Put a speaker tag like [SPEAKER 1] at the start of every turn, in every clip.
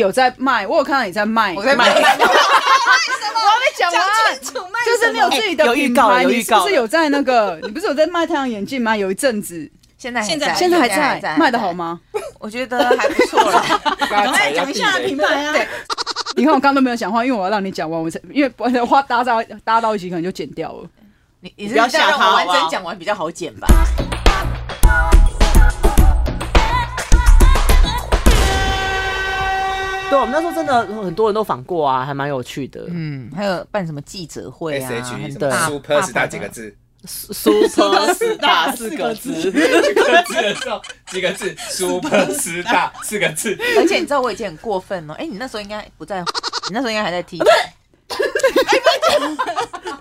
[SPEAKER 1] 有在卖，我有看到你在卖，
[SPEAKER 2] 我在卖卖什
[SPEAKER 1] 我还没讲完，
[SPEAKER 2] 么？卖
[SPEAKER 1] 就是你有自己的
[SPEAKER 3] 有预
[SPEAKER 1] 品
[SPEAKER 3] 告了
[SPEAKER 1] 牌，
[SPEAKER 3] 有
[SPEAKER 1] 你
[SPEAKER 3] 预
[SPEAKER 1] 是不
[SPEAKER 3] 告
[SPEAKER 1] 是
[SPEAKER 3] 了
[SPEAKER 1] 有在那个？ 你不是有在卖太阳眼镜吗？有一阵子，
[SPEAKER 2] 现在还
[SPEAKER 4] 现在
[SPEAKER 2] 在
[SPEAKER 1] 现在还
[SPEAKER 2] 还
[SPEAKER 1] 在，卖的好？吗？
[SPEAKER 2] 我觉得还不错了。
[SPEAKER 4] 赶 快讲一下品牌啊！
[SPEAKER 1] 你看我刚刚都没有讲话，因为我要让你讲完，我才因为不然的 话搭到搭到一起可能就剪掉了。
[SPEAKER 2] 你你是
[SPEAKER 3] 不要吓
[SPEAKER 2] 让我
[SPEAKER 3] 他好
[SPEAKER 2] 完
[SPEAKER 3] 不好
[SPEAKER 2] 整讲完比较好剪吧？
[SPEAKER 3] 对，我们那时候真的很多人都访过啊，还蛮有趣的。
[SPEAKER 2] 嗯，还有办什么记者会
[SPEAKER 5] S
[SPEAKER 2] 啊
[SPEAKER 5] H E 什
[SPEAKER 3] 对
[SPEAKER 5] 么
[SPEAKER 2] 大
[SPEAKER 5] Super
[SPEAKER 2] 大
[SPEAKER 5] Star 几个字，
[SPEAKER 3] Super Star 四个字，
[SPEAKER 5] 几个字的时候几个字 Super Star 四个字，
[SPEAKER 2] 而且你知道我以前很过分哦，哎，你那时候应该不在，你那时候应该还在踢，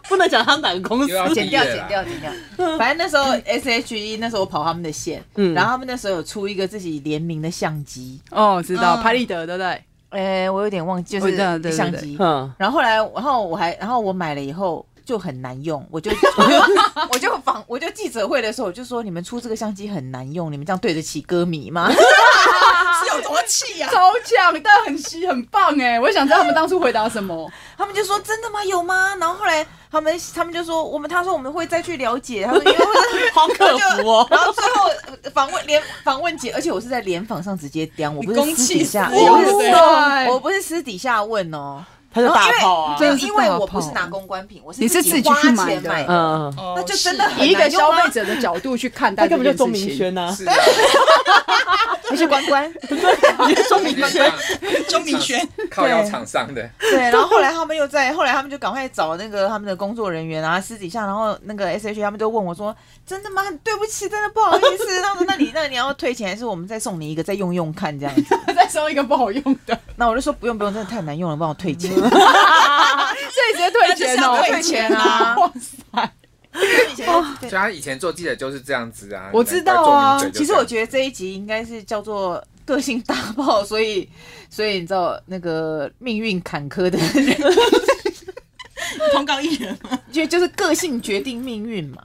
[SPEAKER 3] 不能讲他哪个公
[SPEAKER 5] 又要
[SPEAKER 3] 司。
[SPEAKER 2] 剪掉
[SPEAKER 5] 毕业
[SPEAKER 2] 剪
[SPEAKER 5] 了
[SPEAKER 2] 掉剪掉。反正那时候 S H E 那时候我跑他们的线，
[SPEAKER 3] 嗯
[SPEAKER 2] 然后他们那时候有出一个自己联名的相机，
[SPEAKER 1] 哦，知道
[SPEAKER 4] 嗯
[SPEAKER 1] 拍立得对不对？
[SPEAKER 2] 哎，我有点忘记，就
[SPEAKER 1] 我知道
[SPEAKER 2] 是
[SPEAKER 1] 对对
[SPEAKER 2] 相
[SPEAKER 1] 对
[SPEAKER 2] 机。
[SPEAKER 3] 嗯，
[SPEAKER 2] 然后后来，然后我还，然后我买了以后就很难用，我就 我就我就访我就记者会的时候，我就说你们出这个相机很难用，你们这样对得起歌迷吗？
[SPEAKER 4] 是有多气
[SPEAKER 2] 啊
[SPEAKER 4] 呀？
[SPEAKER 1] 超强，但很稀很棒哎！我想知道他们当初回答什么。
[SPEAKER 2] 他们就说真的吗？有吗？然后后来他们他们就说我们他说我们会再去了解， 他说因为会
[SPEAKER 3] 好客服哦。
[SPEAKER 2] 然后最后呃访问联访问姐，而且我是在联访上直接刁，我不是
[SPEAKER 4] 攻
[SPEAKER 2] 私
[SPEAKER 4] 气
[SPEAKER 2] 底下，
[SPEAKER 4] 死
[SPEAKER 2] 我不
[SPEAKER 1] 我
[SPEAKER 2] 是
[SPEAKER 1] 对
[SPEAKER 2] 我不是私底下问哦，
[SPEAKER 3] 他就大炮啊
[SPEAKER 1] 真
[SPEAKER 2] 就
[SPEAKER 1] 的是
[SPEAKER 2] 因为
[SPEAKER 1] 大
[SPEAKER 2] 我不是
[SPEAKER 1] 炮
[SPEAKER 2] 拿公关品，我是
[SPEAKER 1] 你是自己
[SPEAKER 2] 花
[SPEAKER 1] 去
[SPEAKER 2] 钱
[SPEAKER 1] 买的
[SPEAKER 2] 买的，
[SPEAKER 3] 嗯，
[SPEAKER 4] 那
[SPEAKER 2] 那就真的 很
[SPEAKER 1] 以一个
[SPEAKER 2] 难用
[SPEAKER 1] 消
[SPEAKER 2] 啊
[SPEAKER 1] 费者的角度去看待
[SPEAKER 3] 他
[SPEAKER 1] 这
[SPEAKER 3] 根本就
[SPEAKER 1] 件
[SPEAKER 3] 钟
[SPEAKER 1] 事
[SPEAKER 3] 明
[SPEAKER 1] 情，
[SPEAKER 3] 轩啊，
[SPEAKER 5] 是啊，
[SPEAKER 2] 你是关 关。
[SPEAKER 3] 你是钟明
[SPEAKER 5] 就
[SPEAKER 3] 轩
[SPEAKER 5] 像
[SPEAKER 4] 钟明轩，
[SPEAKER 5] 靠腰厂商的，
[SPEAKER 2] 对，然后后来他们又在，后来他们就赶快找那个他们的工作人员啊，私底下，然后那个 S H 他们就问我说：“真的吗？对不起，真的不好意思。”他说：“那你那你要退钱，还是我们再送你一个，再用用看这样子
[SPEAKER 1] 再收一个不好用的，？”
[SPEAKER 2] 那我就说：“不用不用，真的太难用了，帮我退钱。
[SPEAKER 1] 嗯所以直接退钱哦，
[SPEAKER 4] 那就是要退
[SPEAKER 2] 钱 啊
[SPEAKER 1] 哇塞！”
[SPEAKER 2] 以前对
[SPEAKER 5] 所以他以前做记者就是这样子啊。
[SPEAKER 1] 哦我知道啊
[SPEAKER 5] 你在做名嘴
[SPEAKER 2] 其
[SPEAKER 5] 就
[SPEAKER 2] 实
[SPEAKER 5] 这样
[SPEAKER 2] 我觉得这一集应该是叫做个性大爆，所以所以你知道那个命运坎坷的人，
[SPEAKER 4] 通告艺人吗？
[SPEAKER 2] 就就是个性决定命运嘛。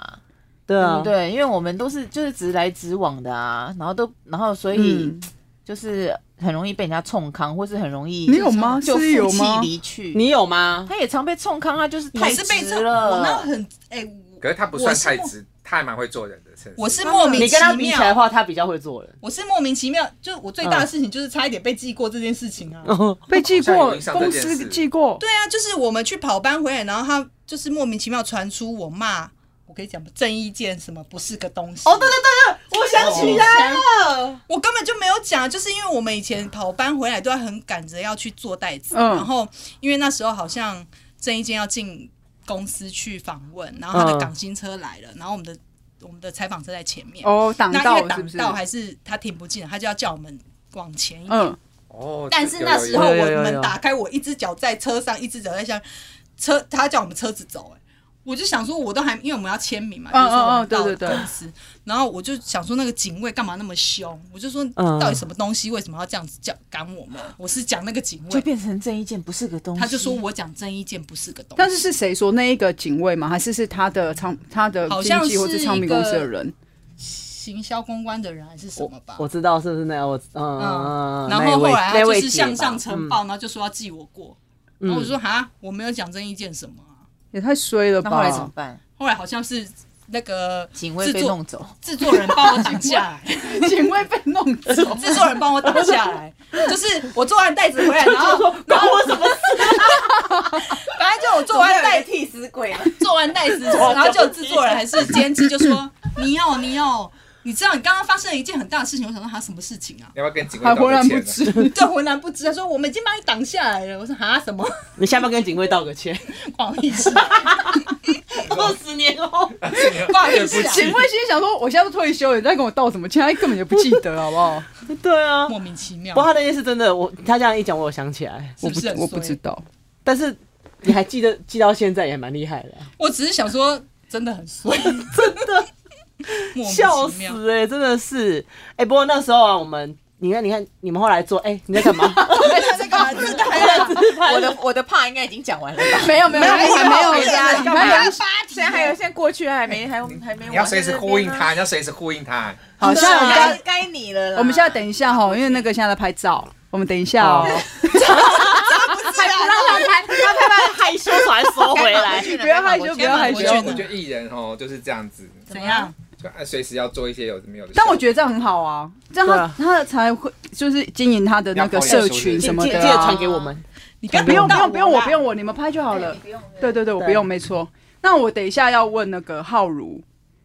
[SPEAKER 3] 对
[SPEAKER 1] 嗯
[SPEAKER 3] 啊，
[SPEAKER 2] 嗯对，因为我们都是就是直来直往的啊，然后都然后所以
[SPEAKER 1] 嗯，
[SPEAKER 2] 就是很容易被人家冲康，或是很容易
[SPEAKER 1] 你有吗
[SPEAKER 2] 就
[SPEAKER 1] 是有
[SPEAKER 2] 负气
[SPEAKER 1] 吗
[SPEAKER 2] 离去。
[SPEAKER 3] 你有吗？
[SPEAKER 2] 他也常被冲康啊，就是
[SPEAKER 4] 我
[SPEAKER 2] 太
[SPEAKER 4] 是被
[SPEAKER 2] 直
[SPEAKER 4] 这，我那
[SPEAKER 2] 了。
[SPEAKER 4] 很哎，
[SPEAKER 5] 可是他不算
[SPEAKER 4] 我是
[SPEAKER 5] 太
[SPEAKER 4] 莫
[SPEAKER 5] 直，他还蛮会做人的。真
[SPEAKER 4] 我是莫名
[SPEAKER 3] 你
[SPEAKER 4] 其
[SPEAKER 3] 跟他比起来的
[SPEAKER 4] 妙，
[SPEAKER 3] 话，他比较会做人。
[SPEAKER 4] 我是莫名其妙，就我最大的事情就是差一点被记过这件事情啊。
[SPEAKER 1] 被寄
[SPEAKER 5] 好像
[SPEAKER 1] 过
[SPEAKER 5] 有印象
[SPEAKER 1] 公
[SPEAKER 5] 这件
[SPEAKER 1] 司
[SPEAKER 5] 事
[SPEAKER 1] 寄过，
[SPEAKER 4] 对啊，就是我们去跑班回来，然后他就是莫名其妙传出我骂，我跟你讲，郑伊健什么不是个东西。哦，对对
[SPEAKER 3] 我想
[SPEAKER 5] 起
[SPEAKER 3] 来了，
[SPEAKER 4] 我根本就没有讲，就是因为我们以前跑班回来都要很赶着要去做袋子，
[SPEAKER 1] 嗯
[SPEAKER 4] 然后因为那时候好像郑伊健要进公司去访问，然后他的
[SPEAKER 3] 嗯
[SPEAKER 4] 港星车来了，然后我们的我们的采访车在前面，
[SPEAKER 1] 哦，挡
[SPEAKER 4] 那因为
[SPEAKER 1] 到是
[SPEAKER 4] 挡
[SPEAKER 1] 不是？
[SPEAKER 4] 道还是他停不进来，他就要叫我们往前一点。
[SPEAKER 1] 嗯，
[SPEAKER 5] 哦，
[SPEAKER 4] 但是那时候
[SPEAKER 3] 有
[SPEAKER 4] 我
[SPEAKER 3] 有有有
[SPEAKER 4] 们打开，我一只脚在车上，一只脚在下面车，他叫我们车子走、哎，我就想说，我都还因为我们要签名嘛，
[SPEAKER 1] 嗯
[SPEAKER 4] 就是说我
[SPEAKER 1] 嗯嗯
[SPEAKER 4] 们到
[SPEAKER 1] 对
[SPEAKER 4] 了
[SPEAKER 1] 对对
[SPEAKER 4] 公司，然后我就想说那个警卫干嘛那么凶？我就说
[SPEAKER 3] 嗯
[SPEAKER 4] 到底什么东西，为什么要这样子叫赶我们？我是讲那个警
[SPEAKER 2] 就
[SPEAKER 4] 卫，
[SPEAKER 2] 变成郑伊健不是个东西，
[SPEAKER 4] 他就说我讲郑伊健不是个东西，
[SPEAKER 3] 嗯
[SPEAKER 1] 但是是谁说那一个警卫吗？还是是他的唱他的
[SPEAKER 4] 好
[SPEAKER 1] 经
[SPEAKER 4] 像
[SPEAKER 1] 纪或是
[SPEAKER 4] 是
[SPEAKER 1] 唱
[SPEAKER 4] 一
[SPEAKER 1] 片公司
[SPEAKER 4] 个
[SPEAKER 1] 的人？
[SPEAKER 4] 行销公关的人还是什么吧。
[SPEAKER 3] 我知道是不是那我嗯嗯嗯，
[SPEAKER 4] 然后后来他
[SPEAKER 3] 那
[SPEAKER 4] 就
[SPEAKER 3] 位嗯
[SPEAKER 4] 是向上呈报，然后就说要记我过，然后我就说哈，我没有讲郑伊健什么啊、
[SPEAKER 1] 也太衰了
[SPEAKER 2] 那后来怎么
[SPEAKER 1] 吧！
[SPEAKER 2] 办？
[SPEAKER 4] 后来好像是那个
[SPEAKER 2] 警卫被
[SPEAKER 4] 制作
[SPEAKER 2] 弄走，
[SPEAKER 4] 制作人帮我挡下来，
[SPEAKER 1] 警卫被弄 走，
[SPEAKER 4] 制作人帮 我挡下来，就是我做完袋子回来， 然后
[SPEAKER 3] 关我什么事？
[SPEAKER 4] 反正就我做完袋
[SPEAKER 2] 替死鬼啊！
[SPEAKER 4] 做完袋子，然后就有制作人还是监制就说你要你要，你知道你刚刚发生了一件很大的事情，我想说他什么事情啊？
[SPEAKER 5] 你要不要跟警卫
[SPEAKER 1] 还
[SPEAKER 5] 道
[SPEAKER 1] 浑然
[SPEAKER 5] 个
[SPEAKER 1] 不
[SPEAKER 5] 歉啊 呢？
[SPEAKER 1] 知。
[SPEAKER 4] 对，浑然不知，他说我们已经帮你挡下来了，我说哈什么
[SPEAKER 3] 你下班跟警卫道个歉。
[SPEAKER 4] 不好意思，
[SPEAKER 3] 二十年后，
[SPEAKER 4] 不好意思啊，
[SPEAKER 1] 警卫心里想说：“我现在都退休了，你在跟我道什么歉？他根本就不记得，好不好
[SPEAKER 3] 对啊。
[SPEAKER 4] 莫名其妙
[SPEAKER 3] 不过，他那件事真的，我他这样一讲，我有想起来。
[SPEAKER 4] 是不是？”
[SPEAKER 1] 我不知， 道，
[SPEAKER 3] 但是你还记得记到现在也蛮厉害的啊、
[SPEAKER 4] 我只是想说真的很衰，真的。 莫名
[SPEAKER 3] 笑
[SPEAKER 4] 其妙。
[SPEAKER 3] 死哎、欸，真的是哎、欸不过那时候啊，我们你看你看你们后来做哎、欸你在干嘛？
[SPEAKER 4] 这个这个还在
[SPEAKER 3] 他
[SPEAKER 2] 我的我的怕应该已经讲完 了吧？
[SPEAKER 1] 没有没有，
[SPEAKER 2] 没有
[SPEAKER 1] 还没有
[SPEAKER 2] 没有
[SPEAKER 1] 呀，
[SPEAKER 2] 干
[SPEAKER 1] 还没有
[SPEAKER 4] 八题
[SPEAKER 2] 现在还有，现在过去还没还还没完。
[SPEAKER 5] 你要随时呼应他，你要随时呼应他。
[SPEAKER 1] 好
[SPEAKER 2] 现在
[SPEAKER 1] 像
[SPEAKER 2] 该
[SPEAKER 1] 刚
[SPEAKER 2] 该你了啦。
[SPEAKER 1] 我们现在等一下哈，因为那个现在在拍照，我们等一下哦。
[SPEAKER 2] 还不让他拍，他拍拍
[SPEAKER 3] 害羞才收回 来。
[SPEAKER 2] 不
[SPEAKER 1] 不要害羞不要害
[SPEAKER 5] 我
[SPEAKER 1] 羞
[SPEAKER 5] 觉得我觉得艺人哦就是这样子，
[SPEAKER 4] 怎样？
[SPEAKER 5] 就啊随时要做一些有的没有的。
[SPEAKER 1] 但我觉得这样很好啊，这样
[SPEAKER 3] 对
[SPEAKER 1] 他
[SPEAKER 3] 啊
[SPEAKER 1] 他才会就是经营他的那个社群什么
[SPEAKER 3] 记
[SPEAKER 1] 的啊。
[SPEAKER 3] 得
[SPEAKER 1] 哎
[SPEAKER 3] 记得传给我们。
[SPEAKER 4] 你
[SPEAKER 1] 不用不
[SPEAKER 4] 到
[SPEAKER 1] 用不用，我
[SPEAKER 4] 啦
[SPEAKER 1] 不用我，你们拍就好了。对对对，我不
[SPEAKER 3] 对
[SPEAKER 1] 用，没错。那我等一下要问那个浩如，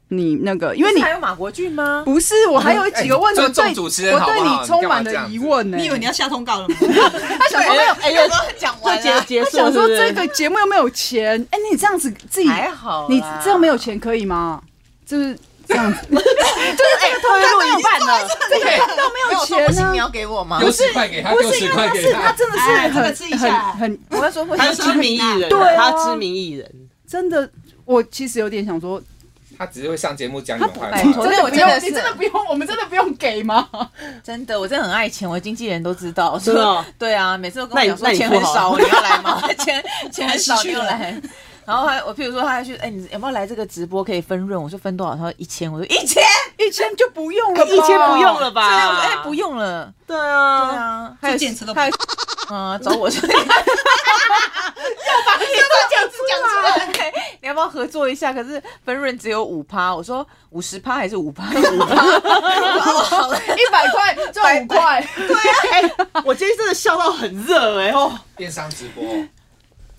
[SPEAKER 1] 你那个，因为你
[SPEAKER 2] 还有马国俊吗？
[SPEAKER 1] 不是我还有几个问题，
[SPEAKER 5] 哎
[SPEAKER 1] 我
[SPEAKER 5] 尊重
[SPEAKER 1] 对
[SPEAKER 5] 主持人
[SPEAKER 1] 我
[SPEAKER 5] 好不
[SPEAKER 1] 对
[SPEAKER 5] 好
[SPEAKER 1] 你充满
[SPEAKER 5] 你干嘛这样
[SPEAKER 1] 了
[SPEAKER 5] 子
[SPEAKER 1] 疑问呢。
[SPEAKER 4] 你以为你要下通告 了
[SPEAKER 1] 啊
[SPEAKER 4] 吗？
[SPEAKER 1] 他想说没有，
[SPEAKER 3] 哎
[SPEAKER 2] 有
[SPEAKER 3] 呦
[SPEAKER 2] 时，候讲
[SPEAKER 3] 这
[SPEAKER 2] 完
[SPEAKER 3] 结
[SPEAKER 2] 了，
[SPEAKER 3] 结
[SPEAKER 1] 他
[SPEAKER 3] 束了
[SPEAKER 1] 想
[SPEAKER 3] 是
[SPEAKER 1] 说
[SPEAKER 3] 不是
[SPEAKER 1] 这个节目又没有钱，哎，你这样子自己，
[SPEAKER 2] 还好啦，
[SPEAKER 1] 你这样没有钱可以吗？就是这样子，
[SPEAKER 2] 哎，
[SPEAKER 3] 退路一半了，
[SPEAKER 5] 这个
[SPEAKER 1] 都没
[SPEAKER 2] 没有啊
[SPEAKER 1] 有
[SPEAKER 2] 说不
[SPEAKER 1] 钱啊
[SPEAKER 2] 行，
[SPEAKER 1] 呢。
[SPEAKER 2] 你要给我吗？
[SPEAKER 5] 六十块给他，
[SPEAKER 1] 不
[SPEAKER 5] 六
[SPEAKER 1] 是因
[SPEAKER 5] 十
[SPEAKER 1] 为
[SPEAKER 5] 块
[SPEAKER 1] 他
[SPEAKER 5] 给
[SPEAKER 1] 是他
[SPEAKER 5] 他。
[SPEAKER 1] 真的是
[SPEAKER 4] 哎这个
[SPEAKER 1] 很
[SPEAKER 4] 吃一
[SPEAKER 1] 很
[SPEAKER 4] 下
[SPEAKER 1] 很
[SPEAKER 2] 我要说不
[SPEAKER 3] 他
[SPEAKER 2] 行，
[SPEAKER 3] 是知名艺人，
[SPEAKER 1] 对啊
[SPEAKER 3] 他知名艺人，
[SPEAKER 1] 真的，我其实有点想说，
[SPEAKER 5] 他只是会上节目讲你们坏
[SPEAKER 2] 哎
[SPEAKER 5] 话
[SPEAKER 2] 我。真的我
[SPEAKER 1] 不用
[SPEAKER 2] 真的
[SPEAKER 1] 你真的
[SPEAKER 2] 是
[SPEAKER 1] 不用，我们真的不用给吗？
[SPEAKER 2] 真的，我真的很爱钱，我经纪人都知道。
[SPEAKER 3] 真的哦
[SPEAKER 2] 对啊，每次都跟
[SPEAKER 3] 那
[SPEAKER 2] 我
[SPEAKER 3] 你
[SPEAKER 2] 讲说
[SPEAKER 3] 那你
[SPEAKER 2] 钱很
[SPEAKER 3] 富豪
[SPEAKER 2] 少，你要来吗？ 钱钱很
[SPEAKER 4] 还
[SPEAKER 2] 少，
[SPEAKER 4] 是
[SPEAKER 2] 你
[SPEAKER 4] 去
[SPEAKER 2] 要
[SPEAKER 4] 了
[SPEAKER 2] 来。然后还我，譬如说他还去，哎、你有没有来这个直播可以分润？我说分多少？他说一千。我说一千，
[SPEAKER 1] 一千就不用了吧，
[SPEAKER 3] 一千不用了
[SPEAKER 2] 对啊，我说
[SPEAKER 3] 吧？
[SPEAKER 2] 哎、不，用了。
[SPEAKER 3] 对
[SPEAKER 2] 对
[SPEAKER 3] 啊，
[SPEAKER 2] 啊，还有
[SPEAKER 4] 做检测的
[SPEAKER 2] 还有啊、找我 说，要把你
[SPEAKER 4] 讲出来
[SPEAKER 2] 讲出来，你要不要合作一下？可是分润只有五趴，我说五十趴还是五趴？ 五趴，好了，
[SPEAKER 1] 一百块赚五块，
[SPEAKER 3] 我今天真的笑到很热哎哦，
[SPEAKER 5] 电商直 播，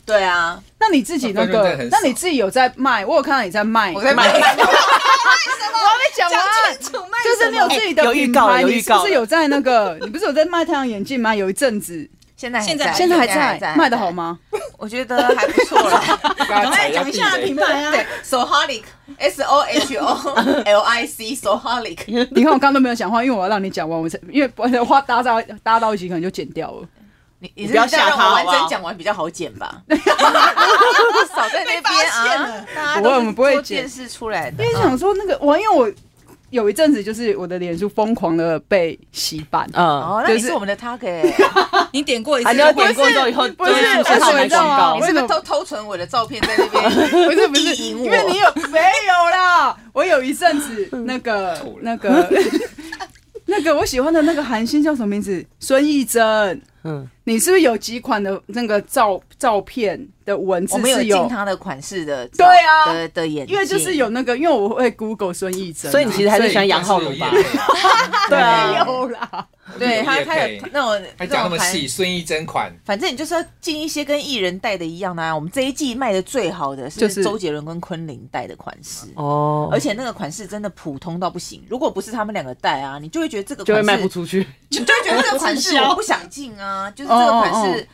[SPEAKER 2] 对啊，
[SPEAKER 1] 那你自己那
[SPEAKER 5] 那分润真的
[SPEAKER 1] 个
[SPEAKER 5] 很，少
[SPEAKER 1] 那你自己有在卖？我有看到你在卖，
[SPEAKER 2] 我在买。
[SPEAKER 1] 我还没讲完。
[SPEAKER 4] 楚卖
[SPEAKER 1] 就是你有自己的
[SPEAKER 3] 哎有
[SPEAKER 1] 品
[SPEAKER 3] 预告了
[SPEAKER 1] 牌，
[SPEAKER 3] 有
[SPEAKER 1] 你
[SPEAKER 3] 预
[SPEAKER 1] 是不
[SPEAKER 3] 告
[SPEAKER 1] 是
[SPEAKER 3] 了
[SPEAKER 1] 有在那个？你不是有在卖太阳眼镜吗？有一阵子，
[SPEAKER 2] 现在还
[SPEAKER 4] 现在
[SPEAKER 1] 现在还
[SPEAKER 2] 还
[SPEAKER 1] 在，卖的好？吗？
[SPEAKER 2] 我觉得还不错 啦。
[SPEAKER 5] 赶
[SPEAKER 4] 来讲一下品牌啊，
[SPEAKER 2] 对，Soholic S O H O L I C Soholic，
[SPEAKER 1] 你看我刚刚都没有讲话，因为我要让你讲完，我才因为不然的话搭到搭到一起可能就剪掉了。
[SPEAKER 2] 你你
[SPEAKER 3] 你不要
[SPEAKER 2] 是在
[SPEAKER 3] 吓
[SPEAKER 2] 让
[SPEAKER 3] 他
[SPEAKER 2] 我
[SPEAKER 3] 好不
[SPEAKER 2] 完整
[SPEAKER 3] 好
[SPEAKER 2] 讲完比较好剪吧。 少在那边啊，大
[SPEAKER 1] 不
[SPEAKER 2] 家
[SPEAKER 1] 会
[SPEAKER 2] 都
[SPEAKER 1] 我
[SPEAKER 2] 是
[SPEAKER 1] 们不会
[SPEAKER 2] 做
[SPEAKER 1] 剪
[SPEAKER 2] 电视出来的
[SPEAKER 1] 因。为想说那个我，因为我有一阵子就是我的脸书疯狂的被洗版，
[SPEAKER 3] 嗯，
[SPEAKER 2] 哦，那你
[SPEAKER 1] 就是
[SPEAKER 2] 是我们的 target，
[SPEAKER 4] 你点过一次
[SPEAKER 3] 啊，你
[SPEAKER 4] 就
[SPEAKER 3] 要
[SPEAKER 4] 过
[SPEAKER 3] 点过之后以后
[SPEAKER 1] 不是
[SPEAKER 3] 就会出
[SPEAKER 1] 为什
[SPEAKER 3] 现他
[SPEAKER 1] 么你
[SPEAKER 3] 买
[SPEAKER 1] 知道
[SPEAKER 3] 广
[SPEAKER 1] 吗
[SPEAKER 3] 告
[SPEAKER 2] 你
[SPEAKER 1] 为
[SPEAKER 2] 是不
[SPEAKER 1] 什
[SPEAKER 2] 是
[SPEAKER 1] 么
[SPEAKER 2] 偷偷存啊我的照片在那边？
[SPEAKER 1] 不是不是，
[SPEAKER 2] 意淫我
[SPEAKER 1] 因为你有没有啦？我有一阵子那个
[SPEAKER 5] 吐了
[SPEAKER 1] 那个 那个我喜欢的那个韩星叫什么名字？孙艺珍。
[SPEAKER 3] 嗯，
[SPEAKER 1] 你是不是有几款的那个照照片的文
[SPEAKER 2] 我
[SPEAKER 1] 字
[SPEAKER 2] 们有
[SPEAKER 1] 是
[SPEAKER 2] 进他的款式的照，
[SPEAKER 1] 对啊
[SPEAKER 2] 的的眼镜，
[SPEAKER 1] 因为就是有那个，因为我会 Google 孙艺珍啊，
[SPEAKER 3] 所以 你其实还是喜欢杨
[SPEAKER 5] 浩
[SPEAKER 3] 浩
[SPEAKER 5] 如
[SPEAKER 3] 如
[SPEAKER 5] 吧
[SPEAKER 3] 吧？？
[SPEAKER 1] 对
[SPEAKER 3] 对
[SPEAKER 1] 没
[SPEAKER 3] 啊，
[SPEAKER 1] 有啦，
[SPEAKER 2] 对他
[SPEAKER 5] 有
[SPEAKER 2] 他
[SPEAKER 5] 业
[SPEAKER 2] 有
[SPEAKER 5] 配
[SPEAKER 2] 那种
[SPEAKER 5] 还讲那么
[SPEAKER 2] 种
[SPEAKER 5] 细，孙艺珍款，
[SPEAKER 2] 反正你就是要进一些跟艺人带的一样的啊。我们这一季卖的最好的
[SPEAKER 1] 就是是
[SPEAKER 2] 周杰伦跟昆凌带的款式，
[SPEAKER 3] 哦
[SPEAKER 2] 而且那个款式真的普通到不行。如果不是他们两个带啊，你就会觉得这个
[SPEAKER 3] 就
[SPEAKER 2] 款
[SPEAKER 3] 会
[SPEAKER 2] 式
[SPEAKER 3] 卖不，出去。
[SPEAKER 2] 你就会觉得这个款
[SPEAKER 4] 直
[SPEAKER 2] 式
[SPEAKER 4] 销
[SPEAKER 2] 我不想进啊，就是这个
[SPEAKER 1] 哦
[SPEAKER 2] 款式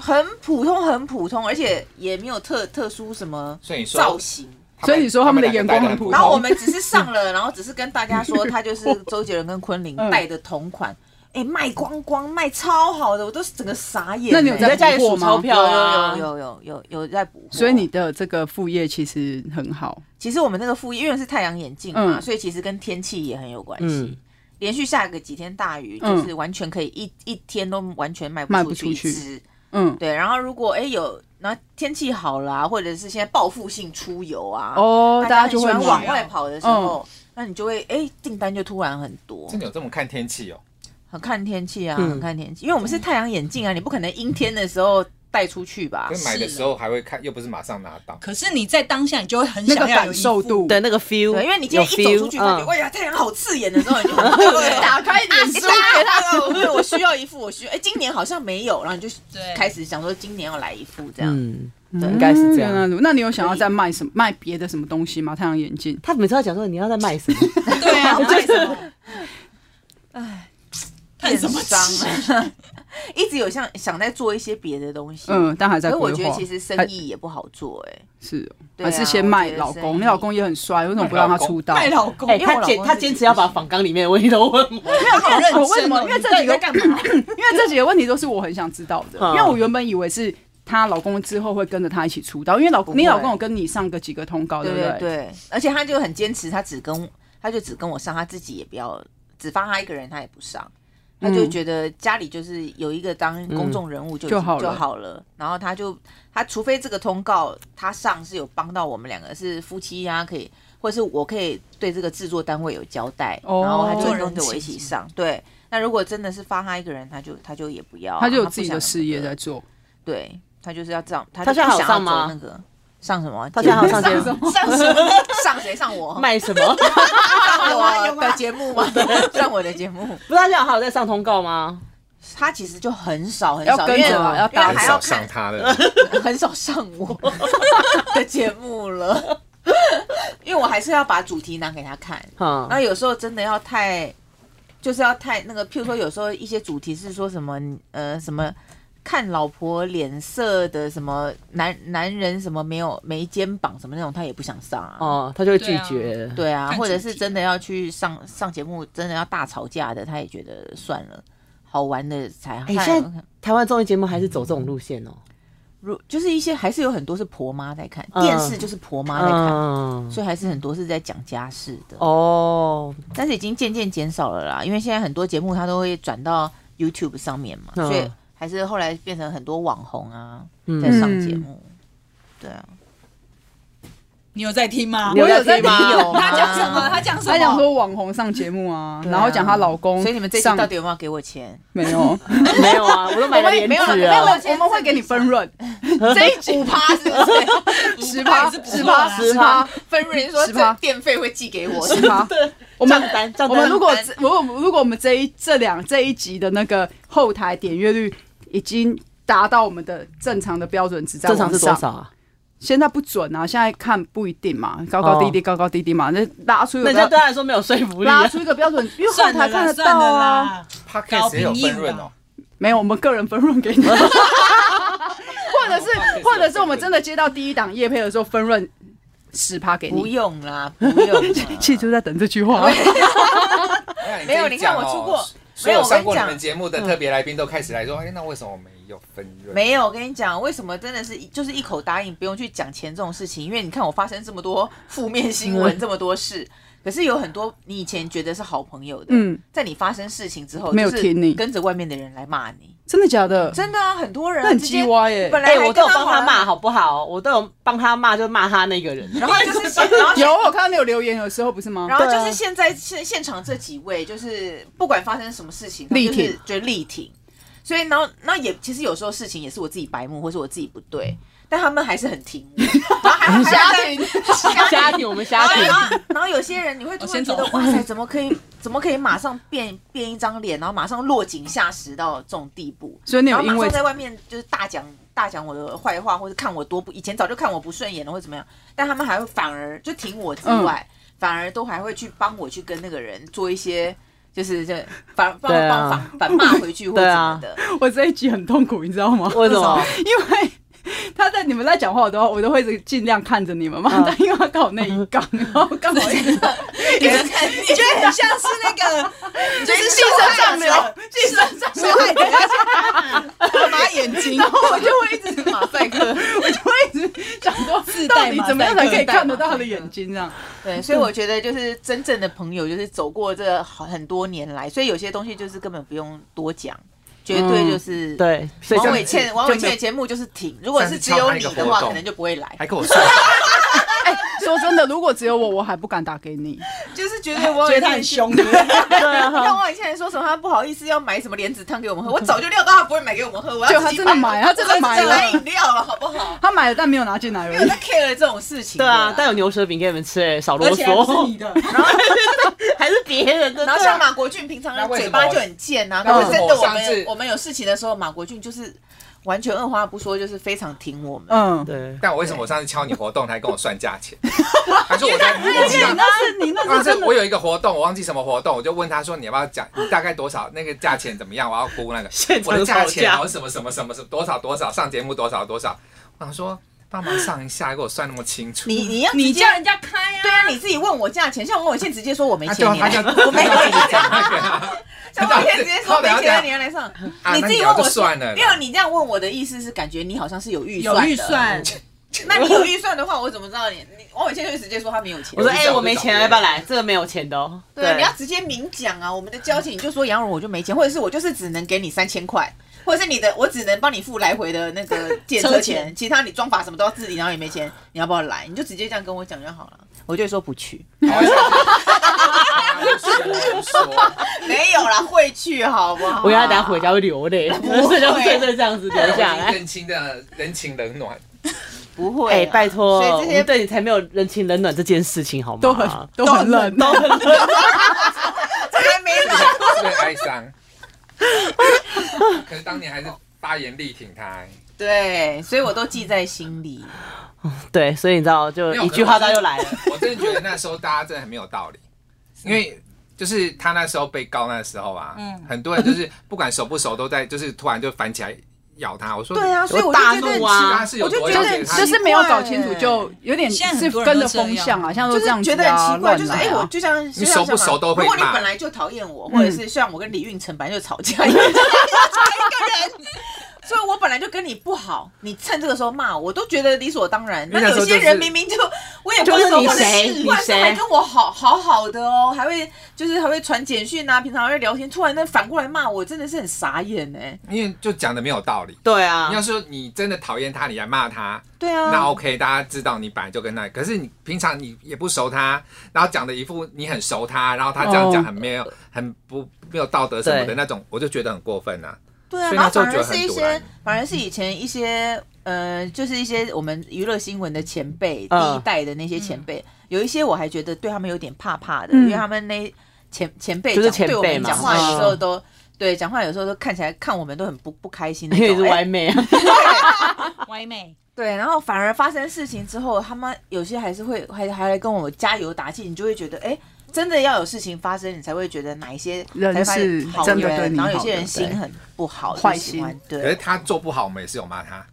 [SPEAKER 2] 很普通，很普通，而且也没有特特殊什么
[SPEAKER 5] 所以你说
[SPEAKER 2] 造型。
[SPEAKER 5] 他们
[SPEAKER 1] 所以你说他们的
[SPEAKER 5] 两个
[SPEAKER 1] 眼光
[SPEAKER 5] 戴得
[SPEAKER 1] 很普
[SPEAKER 2] 然
[SPEAKER 5] 通
[SPEAKER 2] 后我们只是上了，然后只是跟大家说，他就是周杰伦跟昆凌
[SPEAKER 1] 嗯
[SPEAKER 2] 带的同款，哎、卖光光，卖超好的，我都是整个傻眼欸、
[SPEAKER 1] 那你有
[SPEAKER 3] 你在家里
[SPEAKER 1] 补货
[SPEAKER 3] 数
[SPEAKER 1] 吗
[SPEAKER 3] 钞票啊？
[SPEAKER 2] 有有有有有有在补货，
[SPEAKER 1] 所以你的这个副业其实很好，
[SPEAKER 2] 其实我们那个副业因为是太阳眼镜嘛，
[SPEAKER 1] 嗯
[SPEAKER 2] 所以其实跟天气也很有关系。
[SPEAKER 3] 嗯，
[SPEAKER 2] 连续下个几天大雨，
[SPEAKER 1] 嗯
[SPEAKER 2] 就是完全可以一一天都完全卖
[SPEAKER 1] 卖
[SPEAKER 2] 不
[SPEAKER 1] 不
[SPEAKER 2] 出
[SPEAKER 1] 出
[SPEAKER 2] 去
[SPEAKER 1] 去
[SPEAKER 2] 一只。
[SPEAKER 1] 嗯，
[SPEAKER 2] 对，然后如果哎有，然后天气好啦、或者是现在报复性出游啊，
[SPEAKER 1] 哦，大
[SPEAKER 2] 家
[SPEAKER 1] 家就会
[SPEAKER 2] 很喜欢
[SPEAKER 1] 买
[SPEAKER 2] 往外跑的时候，那你就会哎订单就突然很多
[SPEAKER 5] 真，的有这么看天气哦？
[SPEAKER 2] 很看天气啊，
[SPEAKER 3] 嗯
[SPEAKER 2] 很看天气，因为我们是太阳眼镜啊，你不可能阴天的时候带出去吧
[SPEAKER 5] 可？是买的时候还会看，又不是马上拿到。
[SPEAKER 4] 可是你在当下，你就会很
[SPEAKER 1] 那
[SPEAKER 4] 想
[SPEAKER 1] 个
[SPEAKER 4] 要有
[SPEAKER 1] 感
[SPEAKER 4] 一
[SPEAKER 1] 受
[SPEAKER 4] 副
[SPEAKER 1] 度，
[SPEAKER 3] 对，那个 feel，
[SPEAKER 2] 对，因为你今天一
[SPEAKER 3] 有
[SPEAKER 2] 走
[SPEAKER 3] feel，
[SPEAKER 2] 出去，发觉
[SPEAKER 3] 嗯
[SPEAKER 2] 哎呀太阳好刺眼的时候，你就对不对？
[SPEAKER 1] 打开脸
[SPEAKER 2] 书给他了，对我需要一副，我需要。哎，今年好像没有，然后你就
[SPEAKER 4] 对
[SPEAKER 2] 开始想说今年要来一副这样。
[SPEAKER 3] 嗯，
[SPEAKER 2] 对
[SPEAKER 3] 应该是这样
[SPEAKER 1] 原来如那你有想要再卖什么卖别的什么东西吗？太阳眼镜，
[SPEAKER 3] 他每次要讲说你要在卖 什么，
[SPEAKER 4] 对啊，为什么？哎，叹什么
[SPEAKER 2] 伤
[SPEAKER 4] 气？
[SPEAKER 2] 啊！ 一直有想想在做一些别的东西，
[SPEAKER 1] 嗯，但还在
[SPEAKER 2] 可是
[SPEAKER 1] 规划。
[SPEAKER 2] 我觉得其实生意也不好做，哎，
[SPEAKER 1] 是哦，
[SPEAKER 2] 对啊
[SPEAKER 1] 还是先卖
[SPEAKER 2] 我觉得
[SPEAKER 1] 老
[SPEAKER 2] 生意
[SPEAKER 1] 公，你老公也很帅，为什么不让他出道？
[SPEAKER 4] 卖老公
[SPEAKER 3] 哎，，
[SPEAKER 2] 因为我
[SPEAKER 3] 他
[SPEAKER 2] 老
[SPEAKER 3] 坚
[SPEAKER 2] 公
[SPEAKER 3] 他
[SPEAKER 2] 是
[SPEAKER 3] 坚持要把仿纲里面的问题都 问我，
[SPEAKER 4] 好认真
[SPEAKER 1] 我
[SPEAKER 4] 哦。
[SPEAKER 1] 为什么？因为这几个
[SPEAKER 4] 干嘛？
[SPEAKER 1] 因为这几个问题都是我很想知道的，因
[SPEAKER 3] 嗯
[SPEAKER 1] 为我原本以为是她老公之后会跟着她一起出道，因为老
[SPEAKER 2] 不会
[SPEAKER 1] 你老公有跟你上个几个通告，
[SPEAKER 2] 对
[SPEAKER 1] 不
[SPEAKER 2] 对？对，而且他就很坚持，他只跟他就只跟我上，他自己也不要只发他一个人，他也不上。他就
[SPEAKER 1] 嗯
[SPEAKER 2] 觉得家里就是有一个当公众人物就已
[SPEAKER 1] 就
[SPEAKER 2] 经
[SPEAKER 1] 好了
[SPEAKER 2] 就好了，然后他就他除非这个通告他上是有帮到我们两个是夫妻啊，可以或者是我可以对这个制作单位有交代，
[SPEAKER 1] 哦
[SPEAKER 2] 然后他就会跟着我一起上。对，那如果真的是发他一个人，他就他就也不要啊、
[SPEAKER 1] 他就有
[SPEAKER 2] 不
[SPEAKER 1] 自己
[SPEAKER 2] 想
[SPEAKER 1] 的事业
[SPEAKER 2] 那
[SPEAKER 1] 在
[SPEAKER 2] 个，
[SPEAKER 1] 做，
[SPEAKER 2] 对他就是要这样，他
[SPEAKER 3] 他
[SPEAKER 2] 就
[SPEAKER 3] 现
[SPEAKER 2] 不
[SPEAKER 3] 在还有
[SPEAKER 2] 想要
[SPEAKER 3] 上吗
[SPEAKER 2] 走那个上什么？
[SPEAKER 3] 他现在还有上
[SPEAKER 2] 上
[SPEAKER 3] 节
[SPEAKER 1] 什
[SPEAKER 3] 目
[SPEAKER 1] 么？
[SPEAKER 4] 上什么？
[SPEAKER 2] 上谁上我？
[SPEAKER 3] 卖什么？不
[SPEAKER 2] 上我的节目吗？上我的节目，
[SPEAKER 3] 是他现在还有在上通告吗？
[SPEAKER 2] 他其实就很少很
[SPEAKER 1] 要
[SPEAKER 2] 少，
[SPEAKER 1] 跟
[SPEAKER 2] 因为
[SPEAKER 1] 着啊要
[SPEAKER 2] 因为
[SPEAKER 1] 搭
[SPEAKER 5] 很
[SPEAKER 2] 还
[SPEAKER 5] 少
[SPEAKER 2] 要
[SPEAKER 5] 上
[SPEAKER 2] 看，
[SPEAKER 5] 他的，
[SPEAKER 2] 很少上我 的节目了，因为我还是要把主题拿给他看。
[SPEAKER 3] 哈、
[SPEAKER 2] 然后有时候真的要太，就是要太那个，譬如说有时候一些主题是说什么呃什么。看老婆脸色的什么男男人什么没有没肩膀什么那种，他也不想上啊。
[SPEAKER 3] 哦，他就会拒绝。
[SPEAKER 2] 对啊，
[SPEAKER 4] 看
[SPEAKER 2] 或者
[SPEAKER 4] 主
[SPEAKER 2] 是
[SPEAKER 4] 题
[SPEAKER 2] 真的要去上上节目，真的要大吵架的，他也觉得算了，好玩的才好。
[SPEAKER 3] 哎
[SPEAKER 2] 看
[SPEAKER 3] 现在台湾综艺节目还是走这种路线哦。
[SPEAKER 2] 如就是一些还是有很多是婆妈在看，
[SPEAKER 3] 嗯
[SPEAKER 2] 电视就是婆妈在看，
[SPEAKER 3] 嗯，
[SPEAKER 2] 所以还是很多是在讲家事的，
[SPEAKER 3] 哦，
[SPEAKER 2] 但是已经渐渐减少了啦，因为现在很多节目它都会转到 YouTube 上面嘛，
[SPEAKER 3] 嗯
[SPEAKER 2] 所以还是后来变成很多网红啊在
[SPEAKER 3] 嗯，
[SPEAKER 2] 上节目。对啊，
[SPEAKER 4] 你有在听吗
[SPEAKER 3] 你？有在听
[SPEAKER 2] 你有哦吗
[SPEAKER 3] 吗？
[SPEAKER 4] 他讲什么？他讲什么？
[SPEAKER 1] 啊他讲说网红上节目啊，
[SPEAKER 2] 对啊
[SPEAKER 1] 然后讲她老公上，
[SPEAKER 2] 所以你们这期到底有没有给我钱？
[SPEAKER 1] 没有？
[SPEAKER 3] 没有啊，我都买 了 莲
[SPEAKER 2] 没有
[SPEAKER 3] 子
[SPEAKER 2] 没有
[SPEAKER 1] 我
[SPEAKER 2] 没
[SPEAKER 3] 啊
[SPEAKER 2] 有，
[SPEAKER 1] 们我们会给你分 润，这一 集五趴是不是？十
[SPEAKER 4] 趴
[SPEAKER 1] 趴
[SPEAKER 4] 也是不
[SPEAKER 1] 十
[SPEAKER 4] 错
[SPEAKER 1] 趴
[SPEAKER 4] 啊
[SPEAKER 1] 十趴
[SPEAKER 2] 分润说
[SPEAKER 1] 十趴
[SPEAKER 2] 这电费会寄给我，
[SPEAKER 1] 十趴，我们
[SPEAKER 3] 账单账单
[SPEAKER 1] 我们如果如果如果我们这一这两这一集的那个后台点阅率已经达到我们的正常的标准值，在
[SPEAKER 3] 正常
[SPEAKER 1] 往
[SPEAKER 3] 是多
[SPEAKER 1] 上，
[SPEAKER 3] 少啊？
[SPEAKER 1] 现在不准啊，现在看不一定嘛，高高低低，高高低低嘛，那拉出一个
[SPEAKER 3] 那人家
[SPEAKER 1] 标
[SPEAKER 3] 对他来说没有说服力啊
[SPEAKER 1] 拉。出一个标准，因为后
[SPEAKER 4] 算
[SPEAKER 1] 台
[SPEAKER 4] 了啦，
[SPEAKER 1] 看得
[SPEAKER 4] 算
[SPEAKER 1] 到
[SPEAKER 4] 了
[SPEAKER 1] 啊。
[SPEAKER 4] 啦。
[SPEAKER 5] podcast 也有分润哦，
[SPEAKER 1] 没有，我们个人分润给你，或者是或者是我们真的接到第一档叶配的时候分润十趴给
[SPEAKER 2] 不
[SPEAKER 1] 你。。
[SPEAKER 2] 用啦，不用啦
[SPEAKER 1] 其实就在等这句话，
[SPEAKER 2] 没有你看我出过
[SPEAKER 5] 哦所
[SPEAKER 2] 没有
[SPEAKER 5] 有
[SPEAKER 2] 我跟你
[SPEAKER 5] 上过你
[SPEAKER 2] 讲
[SPEAKER 5] 们节目的特别来宾都开始来说，哎，那为什么我们有分润？
[SPEAKER 2] 没有，我跟你讲，为什么真的是一就是一口答应，不用去讲钱这种事情？因为你看我发生这么多负面新闻，这么多事，可是有很多你以前觉得是好朋友的，
[SPEAKER 1] 嗯，
[SPEAKER 2] 在你发生事情之后，
[SPEAKER 1] 没有
[SPEAKER 2] 就是
[SPEAKER 1] 听你
[SPEAKER 2] 跟着外面的人来骂你，
[SPEAKER 1] 真的假的？
[SPEAKER 2] 真的啊，很多人
[SPEAKER 1] 那很
[SPEAKER 2] 直
[SPEAKER 1] 鸡
[SPEAKER 2] 接
[SPEAKER 1] 歪耶、
[SPEAKER 2] 本来
[SPEAKER 3] 哎、
[SPEAKER 2] 还
[SPEAKER 3] 我都有
[SPEAKER 2] 跟啊
[SPEAKER 3] 帮他
[SPEAKER 2] 玩
[SPEAKER 3] 骂，，好不好？我都有帮他骂，就骂他那 个人。
[SPEAKER 2] 然后就是 现然后
[SPEAKER 1] 有，我看到你有留言，有时候不是吗？
[SPEAKER 2] 然后就是现
[SPEAKER 1] 啊
[SPEAKER 2] 在现现场这几位，就是不管发生什么事情，
[SPEAKER 1] 力
[SPEAKER 2] 就是
[SPEAKER 1] 挺
[SPEAKER 2] 就力挺。所以，然后那也其实有时候事情也是我自己白目，或是我自己不对，但他们还是很挺 我，然后还
[SPEAKER 1] 家
[SPEAKER 2] 还
[SPEAKER 1] 庭
[SPEAKER 3] 家庭，我们
[SPEAKER 2] 然
[SPEAKER 3] 家
[SPEAKER 2] 后
[SPEAKER 3] 庭
[SPEAKER 2] 然后然后有些人你会突
[SPEAKER 4] 我
[SPEAKER 2] 然
[SPEAKER 4] 先
[SPEAKER 2] 觉
[SPEAKER 4] 走
[SPEAKER 2] 得哇塞，怎么可以怎么可以马上变变一张脸，然后马上落井下石到这种地步，
[SPEAKER 1] 所以你
[SPEAKER 2] 然
[SPEAKER 1] 有
[SPEAKER 2] 后马
[SPEAKER 1] 因为
[SPEAKER 2] 上在外面就是大讲大讲我的坏话，或者看我多不以前早就看我不顺眼了，或怎么样，但他们还会反而就挺我之
[SPEAKER 3] 嗯
[SPEAKER 2] 外，反而都还会去帮我去跟那个人做一些。就是这反帮
[SPEAKER 3] 对
[SPEAKER 2] 帮
[SPEAKER 3] 啊
[SPEAKER 2] 反反骂回去或
[SPEAKER 3] 对
[SPEAKER 2] 什
[SPEAKER 3] 啊
[SPEAKER 2] 么的，
[SPEAKER 1] 我这一集很痛苦，你知道吗？
[SPEAKER 3] 为什么？
[SPEAKER 1] 因为他在你们在讲话，我都我都会一直尽量看着你们嘛，
[SPEAKER 3] 嗯
[SPEAKER 1] 但因为他刚好那一杠，然后刚好一直
[SPEAKER 4] 你的感觉很像是那 个，就是
[SPEAKER 1] 寄生上流，寄生上
[SPEAKER 4] 受
[SPEAKER 2] 哎
[SPEAKER 4] 害
[SPEAKER 2] 啊
[SPEAKER 4] 者， 马眼 睛
[SPEAKER 1] 然后我就会一直
[SPEAKER 2] 马赛克。
[SPEAKER 1] 我就会一直想说，
[SPEAKER 4] 自
[SPEAKER 1] 到
[SPEAKER 4] 带
[SPEAKER 1] 底
[SPEAKER 4] 马
[SPEAKER 1] 怎么样才可以看得到他
[SPEAKER 2] 自带马赛克
[SPEAKER 1] 的眼睛？这样，
[SPEAKER 2] 对，所以我觉得就是真正的朋友，就是走过这好很多年来，所以有些东西就是根本不用多讲，绝对就是。
[SPEAKER 3] 对，所以
[SPEAKER 2] 王
[SPEAKER 3] 这
[SPEAKER 2] 伟
[SPEAKER 3] 样
[SPEAKER 2] 倩，王伟倩的节目就是挺，如果是只有你
[SPEAKER 5] 上次
[SPEAKER 2] 的
[SPEAKER 5] 敲他一个活
[SPEAKER 2] 话，
[SPEAKER 5] 动哎
[SPEAKER 2] 可能就不会来。
[SPEAKER 5] 还跟我说，
[SPEAKER 1] 哎说真的，如果只有我，我还不敢打给你。
[SPEAKER 2] 就是觉
[SPEAKER 4] 哎
[SPEAKER 2] 得王伟 倩，
[SPEAKER 4] 凶， 对不对
[SPEAKER 3] 对
[SPEAKER 2] 像
[SPEAKER 3] 啊，
[SPEAKER 2] 王伟倩说什么，他不好意思要买什么莲子汤给我们喝，我早就料到他不会买给我们喝，我
[SPEAKER 1] 就
[SPEAKER 2] 要
[SPEAKER 1] 他
[SPEAKER 2] 自己
[SPEAKER 1] 真的买，他真的买
[SPEAKER 2] 自己买
[SPEAKER 1] 了，
[SPEAKER 2] 饮料了，好不好？
[SPEAKER 1] 他买了但没有拿进来
[SPEAKER 2] 没
[SPEAKER 1] 而
[SPEAKER 2] 有
[SPEAKER 1] 已
[SPEAKER 2] 在。care 这种事情的
[SPEAKER 3] 对
[SPEAKER 2] 啦。
[SPEAKER 3] 啊，但有牛舌饼给你们吃、哎，少啰
[SPEAKER 4] 而且还不是 你
[SPEAKER 3] 嗦。
[SPEAKER 4] 的，
[SPEAKER 3] 还是别人的，
[SPEAKER 2] 然后像马国俊平常
[SPEAKER 5] 那为什
[SPEAKER 2] 嘴
[SPEAKER 5] 么
[SPEAKER 2] 巴就很贱啊，
[SPEAKER 5] 那
[SPEAKER 2] 可
[SPEAKER 5] 为
[SPEAKER 2] 是
[SPEAKER 5] 什
[SPEAKER 2] 真
[SPEAKER 5] 么
[SPEAKER 2] 的我
[SPEAKER 5] 上次
[SPEAKER 2] 们我们有事情的时候，马国俊就是完全二话不说，就是非常挺我们。
[SPEAKER 1] 嗯，
[SPEAKER 3] 对，
[SPEAKER 5] 但我为什么我上次敲你活动，他还跟我算价 钱？他说我在
[SPEAKER 1] 而且你那是你那
[SPEAKER 5] 上
[SPEAKER 1] 是
[SPEAKER 5] 次
[SPEAKER 1] 真的
[SPEAKER 5] 我有一个活动，我忘记什么活动，我就问他说你要不要讲，你大概多少那个价钱怎么样？我要估那个
[SPEAKER 3] 现场
[SPEAKER 5] 我的价
[SPEAKER 3] 吵
[SPEAKER 5] 钱，
[SPEAKER 3] 架
[SPEAKER 5] 然后什么什么什么什么多少多少，上节目多少多少。我想说帮忙上一下，给我算那么清楚。
[SPEAKER 2] 你你要
[SPEAKER 4] 你
[SPEAKER 2] 直接
[SPEAKER 4] 叫人家开
[SPEAKER 2] 对
[SPEAKER 4] 啊，
[SPEAKER 2] 啊，你自己问我价钱，像王伟倩直接说我没
[SPEAKER 5] 啊，对
[SPEAKER 2] 钱，
[SPEAKER 5] 啊，
[SPEAKER 2] 你
[SPEAKER 5] 他
[SPEAKER 2] 来
[SPEAKER 5] 就
[SPEAKER 2] 我没
[SPEAKER 5] 他就
[SPEAKER 2] 钱，
[SPEAKER 5] 一直讲那 个啊，
[SPEAKER 2] 像王伟倩直接说没钱，你要来上。
[SPEAKER 5] 啊
[SPEAKER 2] 你
[SPEAKER 5] 那
[SPEAKER 2] 自己
[SPEAKER 5] 聊
[SPEAKER 2] 问
[SPEAKER 5] 就
[SPEAKER 2] 我
[SPEAKER 5] 算了啦，
[SPEAKER 2] 哎没有，你这样问我的意思是感觉你好像是有预算
[SPEAKER 4] 有
[SPEAKER 2] 的，
[SPEAKER 4] 预算，
[SPEAKER 2] 那你有预算的话，我怎么知道你？你王伟倩就直接说他没有钱。
[SPEAKER 3] 我
[SPEAKER 5] 我说
[SPEAKER 3] 说
[SPEAKER 5] 哎
[SPEAKER 3] 哎、
[SPEAKER 5] 我
[SPEAKER 3] 我
[SPEAKER 5] 没
[SPEAKER 3] 没
[SPEAKER 5] 钱
[SPEAKER 3] 钱，
[SPEAKER 5] 要
[SPEAKER 3] 要
[SPEAKER 5] 不
[SPEAKER 3] 不
[SPEAKER 5] 要
[SPEAKER 3] 要来？这个没有钱的哦。
[SPEAKER 2] 对，你要直接明讲啊！我们的交情，你就说杨茹，我就没钱，或者是我就是只能给你三千块，或者是你的我只能帮你付来回的那个借车
[SPEAKER 4] 车
[SPEAKER 2] 钱，
[SPEAKER 4] 钱
[SPEAKER 2] 其他你装法什么都要自理，然后也没钱，你要不要来？你就直接这样跟我讲就好了。我就会说不去，
[SPEAKER 5] 说，
[SPEAKER 2] 没有啦，会去好不好？
[SPEAKER 3] 我要等下回家会流泪， 不
[SPEAKER 2] 会
[SPEAKER 3] 是就真的这样子流下来。
[SPEAKER 5] 认清的人情冷暖，
[SPEAKER 2] 不会啊、
[SPEAKER 3] 哎、拜托，
[SPEAKER 2] 所以这
[SPEAKER 3] 我
[SPEAKER 2] 些
[SPEAKER 3] 们对你才没有人情冷暖这件事情好吗？
[SPEAKER 1] 都很都很冷，
[SPEAKER 3] 都很冷。
[SPEAKER 2] 还没来。
[SPEAKER 5] 是不是很哀伤？可是当年还是发言力挺他、欸，
[SPEAKER 2] 对，所以我都记在心里。
[SPEAKER 3] 对，所以你知道，就
[SPEAKER 5] 没有
[SPEAKER 3] 一句话他就 来了。
[SPEAKER 5] 我真的觉得那时候大家真的很没有道理，因为就是他那时候被告那时候啊，
[SPEAKER 4] 嗯
[SPEAKER 5] 很多人就是 不管熟不熟都在，就是突然就反起来咬他。我说
[SPEAKER 2] 对啊，所以我就
[SPEAKER 3] 大
[SPEAKER 2] 觉得
[SPEAKER 3] 怒
[SPEAKER 2] 很
[SPEAKER 3] 啊
[SPEAKER 5] 他是有多
[SPEAKER 2] 我
[SPEAKER 1] 就
[SPEAKER 5] 了
[SPEAKER 2] 觉
[SPEAKER 5] 解
[SPEAKER 1] 是
[SPEAKER 5] 他，
[SPEAKER 1] 就是没有搞清楚，就有点
[SPEAKER 4] 现在
[SPEAKER 1] 是
[SPEAKER 4] 很多人
[SPEAKER 1] 跟着
[SPEAKER 4] 都这样
[SPEAKER 1] 风向啊，
[SPEAKER 3] 哦
[SPEAKER 1] 像都
[SPEAKER 2] 就是
[SPEAKER 1] 这样子
[SPEAKER 2] 觉
[SPEAKER 1] 啊，
[SPEAKER 2] 得很奇怪，就是哎、
[SPEAKER 1] 乱来啊
[SPEAKER 2] 我就像就
[SPEAKER 5] 你
[SPEAKER 2] 像
[SPEAKER 5] 熟不熟都会
[SPEAKER 2] 如果你
[SPEAKER 5] 骂
[SPEAKER 2] 本来就讨厌我，
[SPEAKER 3] 嗯
[SPEAKER 2] 或者是像我跟李运成本来就吵 架，因为就是一个人。所以我本来就跟你不好，你趁这个时候骂我，我都觉得理所当然。
[SPEAKER 5] 因
[SPEAKER 2] 那
[SPEAKER 5] 为那时
[SPEAKER 2] 有
[SPEAKER 5] 候
[SPEAKER 2] 些
[SPEAKER 5] 就是
[SPEAKER 2] 人明明就我也不
[SPEAKER 3] 就是
[SPEAKER 2] 熟，
[SPEAKER 3] 你
[SPEAKER 2] 或者
[SPEAKER 3] 谁
[SPEAKER 2] 是
[SPEAKER 3] 你
[SPEAKER 2] 或者是还
[SPEAKER 3] 谁
[SPEAKER 2] 跟我好好好的哦，还会就是还会传简讯啊，平常还会聊天，突然那反过来骂我，真的是很傻眼哎、
[SPEAKER 5] 因为就讲的没有道理。
[SPEAKER 3] 对
[SPEAKER 5] 你
[SPEAKER 3] 啊
[SPEAKER 5] 要，说你真的讨厌他，你来骂他，
[SPEAKER 2] 对啊，
[SPEAKER 5] 那 OK，大家知道你本来就跟那，可是你平常你也不熟他，然后讲的一副你很熟他，然后他这样讲很没有、很不没有道德什么的
[SPEAKER 3] 对
[SPEAKER 5] 那种，我就觉得很过分啊。
[SPEAKER 2] 对啊，
[SPEAKER 5] 所以
[SPEAKER 2] 然
[SPEAKER 5] 那
[SPEAKER 2] 后
[SPEAKER 5] 时候
[SPEAKER 2] 反
[SPEAKER 5] 觉
[SPEAKER 2] 而
[SPEAKER 5] 得
[SPEAKER 2] 是
[SPEAKER 5] 很
[SPEAKER 2] 一
[SPEAKER 5] 堵
[SPEAKER 2] 些
[SPEAKER 5] 然，
[SPEAKER 2] 反而是以前一些呃，就是一些我们娱乐新闻的前辈，
[SPEAKER 3] 嗯
[SPEAKER 2] 第一代的那些前辈，有一些我还觉得对他们有点怕怕的，
[SPEAKER 1] 嗯
[SPEAKER 2] 因为他们那前前辈
[SPEAKER 3] 就是
[SPEAKER 2] 讲
[SPEAKER 3] 前
[SPEAKER 2] 对我
[SPEAKER 3] 辈
[SPEAKER 2] 们
[SPEAKER 3] 嘛
[SPEAKER 2] 讲话有时候
[SPEAKER 3] 嗯
[SPEAKER 2] 都。对，讲话有时候都看起来看我们都很不不开 心那
[SPEAKER 3] 因为你
[SPEAKER 2] 种
[SPEAKER 3] 是，
[SPEAKER 2] 哎
[SPEAKER 3] 歪妹啊。
[SPEAKER 4] 歪妹，
[SPEAKER 2] 对，然后反而发生事情之后，他们有些还是会还还来跟我加油打气，你就会觉得，哎，真的要有事情发生，你才会觉得哪一些
[SPEAKER 1] 人
[SPEAKER 2] 才发现
[SPEAKER 1] 是
[SPEAKER 2] 好
[SPEAKER 1] 真的对你
[SPEAKER 2] 然后有
[SPEAKER 1] 好
[SPEAKER 2] 些
[SPEAKER 1] 的
[SPEAKER 2] 人
[SPEAKER 1] 对
[SPEAKER 2] 心很不好，就
[SPEAKER 1] 坏
[SPEAKER 2] 喜
[SPEAKER 1] 心
[SPEAKER 2] 欢，对，
[SPEAKER 5] 可是他做不好，我们也是有骂他。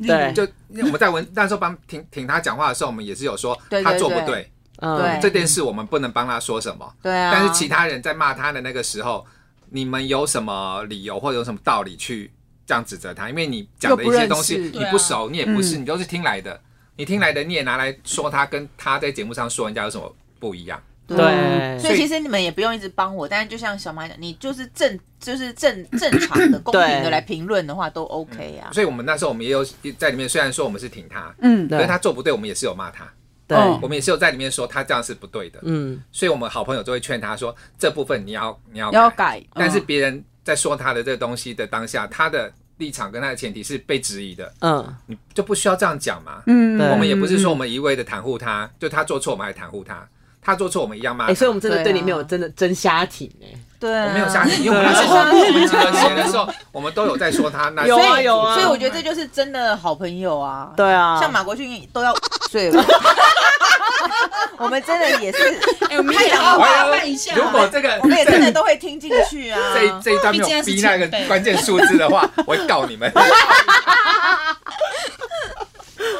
[SPEAKER 3] 对，
[SPEAKER 5] 就因为我们在文那时候帮挺挺他讲话的时候，我们也是有说
[SPEAKER 2] 对对
[SPEAKER 5] 他做不
[SPEAKER 2] 对
[SPEAKER 5] 对
[SPEAKER 3] 嗯
[SPEAKER 2] 对
[SPEAKER 5] 这件事，我们不能帮他说什么。
[SPEAKER 2] 对啊，
[SPEAKER 5] 但是其他人在骂他的那个时候，你们有什么理由或者有什么道理去这样指责他？因为你讲的一些东西
[SPEAKER 1] 又不认识嗯
[SPEAKER 5] 你
[SPEAKER 4] 对啊
[SPEAKER 5] 不熟，你也不是，你都是听来的。你听来的，你也拿来说他，跟他在节目上说人家有什么不一样？
[SPEAKER 3] 对
[SPEAKER 2] 嗯所以其实你们也不用一直帮我，但是就像小马讲，你就是正就是正正常的、公平的来评论的话，都 OK 啊。
[SPEAKER 5] 所以我们那时候我们也有在里面，虽然说我们是挺他，
[SPEAKER 1] 嗯，
[SPEAKER 5] 可
[SPEAKER 3] 对
[SPEAKER 5] 是他做不对，我们也是有骂他，
[SPEAKER 3] 对，
[SPEAKER 1] 嗯
[SPEAKER 5] 我们也是有在里面说他这样是不对的。
[SPEAKER 3] 嗯，
[SPEAKER 5] 所以我们好朋友就会劝他说，这部分你要你要
[SPEAKER 1] 要
[SPEAKER 5] 改
[SPEAKER 1] 改，嗯
[SPEAKER 5] 但是别人在说他的这个东西的当下，他的立场跟他的前提是被质疑的，
[SPEAKER 3] 嗯，
[SPEAKER 5] 你就不需要这样讲嘛。
[SPEAKER 1] 嗯，
[SPEAKER 3] 对
[SPEAKER 5] 我们也不是说我们一味的袒护他，就他做错我们还袒护他，他做错我们一样骂
[SPEAKER 3] 哎、
[SPEAKER 5] 他。
[SPEAKER 3] 所以我们真的
[SPEAKER 2] 对
[SPEAKER 3] 对
[SPEAKER 2] 啊
[SPEAKER 3] 你没有真的真瞎挺哎、
[SPEAKER 2] 对啊，
[SPEAKER 5] 我没有下你，因为我们
[SPEAKER 3] 对啊
[SPEAKER 5] 是我们几个写的时候，我们都有在说他。那
[SPEAKER 3] 有啊
[SPEAKER 5] 所以
[SPEAKER 3] 有啊
[SPEAKER 2] 所以我觉得这就是真的好朋友啊。
[SPEAKER 3] 对啊
[SPEAKER 2] 像马国俊都要，所以 我们真的也是，
[SPEAKER 4] 哎，我们也
[SPEAKER 5] 我
[SPEAKER 4] 要
[SPEAKER 5] 要
[SPEAKER 4] 办一下。
[SPEAKER 5] 哎如果这个
[SPEAKER 2] 我们也真的
[SPEAKER 5] 这
[SPEAKER 2] 都会听进去啊。
[SPEAKER 5] 这这一段没有逼那个关键数字的话， 我会告你们。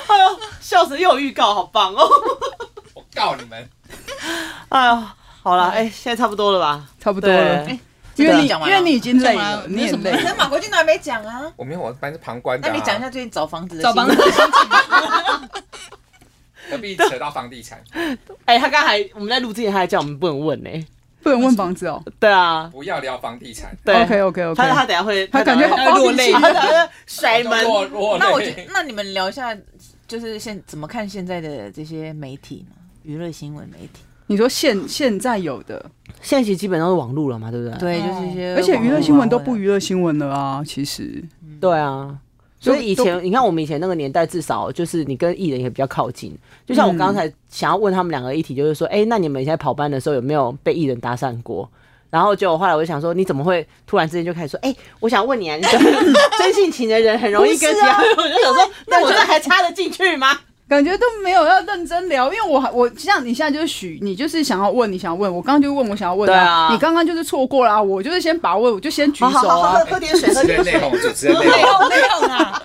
[SPEAKER 3] 哎呦，笑死，又有预告，好棒哦！
[SPEAKER 5] 我告你们。
[SPEAKER 3] 哎呦，好了，哎、现在差不多了吧？
[SPEAKER 1] 嗯差不多了，哎因
[SPEAKER 3] 对，
[SPEAKER 1] 为你
[SPEAKER 2] 讲
[SPEAKER 1] 因
[SPEAKER 2] 完了
[SPEAKER 1] 为你已经累
[SPEAKER 4] 讲完
[SPEAKER 1] 了，
[SPEAKER 4] 了
[SPEAKER 1] 你也累
[SPEAKER 4] 没什
[SPEAKER 2] 那
[SPEAKER 1] 了，
[SPEAKER 2] 马国俊都还没讲啊，
[SPEAKER 5] 我没有，我反正旁观的、
[SPEAKER 2] 那
[SPEAKER 5] 啊。
[SPEAKER 2] 你讲一下最近找房子的
[SPEAKER 4] 找房
[SPEAKER 2] 心
[SPEAKER 4] 子
[SPEAKER 2] 得，
[SPEAKER 4] 的心情，
[SPEAKER 5] 何必扯到房地产？
[SPEAKER 3] 哎、他刚才我们在录之前，他还叫我们不能问呢、
[SPEAKER 1] 不能问房子哦。
[SPEAKER 3] 对啊，
[SPEAKER 5] 不要聊房地产。
[SPEAKER 3] 对
[SPEAKER 1] OK OK
[SPEAKER 3] 他他
[SPEAKER 1] OK，
[SPEAKER 3] 等下会，
[SPEAKER 1] 他感觉
[SPEAKER 3] 等下
[SPEAKER 1] 好
[SPEAKER 3] 会落
[SPEAKER 1] 暴
[SPEAKER 2] 哦
[SPEAKER 3] 泪，
[SPEAKER 1] 力
[SPEAKER 3] 他等下会甩门。
[SPEAKER 5] 落落泪
[SPEAKER 2] 那我觉那你们聊一下，就是现怎么看现在的这些媒体呢？娱乐新闻媒体，
[SPEAKER 1] 你说现现在有的，
[SPEAKER 3] 现在其实基本上是网路了嘛，对不对？
[SPEAKER 2] 对，
[SPEAKER 4] 哦
[SPEAKER 2] 就是一些，
[SPEAKER 1] 而且娱乐新闻都不娱乐新闻了啊，其实
[SPEAKER 3] 对啊，
[SPEAKER 1] 就
[SPEAKER 3] 所以以前你看我们以前那个年代，至少就是你跟艺人也比较靠近。就像我刚才想要问他们两个议题，就是说，哎、那你们以前在跑班的时候有没有被艺人搭讪过？然后就后来我就想说，你怎么会突然之间就开始说，哎、我想问你啊，你怎么 真性情的人很容易跟其他人？我就想说，啊那我这还插得进去吗？
[SPEAKER 1] 感觉都没有要认真聊，因为我还我像你现在就是许，你就是想要问你想要问，我刚刚就问我想要问的
[SPEAKER 3] 对啊
[SPEAKER 1] 你刚刚就是错过了啊，我就是先把握，我就先举手啊，
[SPEAKER 3] 喝点水
[SPEAKER 5] 主持人内讧，主持人内
[SPEAKER 4] 内
[SPEAKER 5] 讧。
[SPEAKER 4] 讧内 讧啊！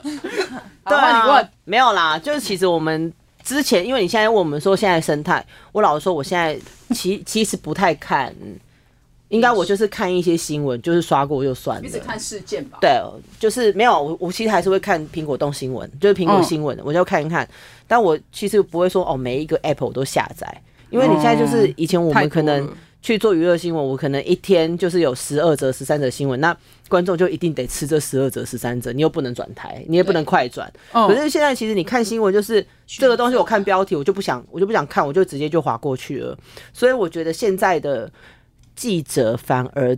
[SPEAKER 1] 好
[SPEAKER 3] 啊
[SPEAKER 1] 换你问，
[SPEAKER 3] 没有啦，就是其实我们之前，因为你现在问我们说现在生态，我老实说，我现在其其实不太看应该我就是看一些新闻，就是刷过就算
[SPEAKER 1] 你只
[SPEAKER 3] 了。
[SPEAKER 1] 看事件吧。
[SPEAKER 3] 对，就是没有我，我其实还是会看苹果动新闻，就是苹果
[SPEAKER 1] 嗯
[SPEAKER 3] 新闻，我就看一看。但我其实不会说哦，每一个 app 我都下载，因为你现在就是以前我
[SPEAKER 1] 太
[SPEAKER 3] 们可
[SPEAKER 1] 多
[SPEAKER 3] 能
[SPEAKER 1] 了
[SPEAKER 3] 去做娱乐新闻，我可能一天就是有十二则、十三则新闻，那观众就一定得吃这十二则、十三则，你又不能转台，你也不能快转。
[SPEAKER 1] 嗯
[SPEAKER 3] 可是现在其实你看新闻，就是这个东西，我看标题我就不想，我就不想看，我就直接就划过去了。所以我觉得现在的记者反而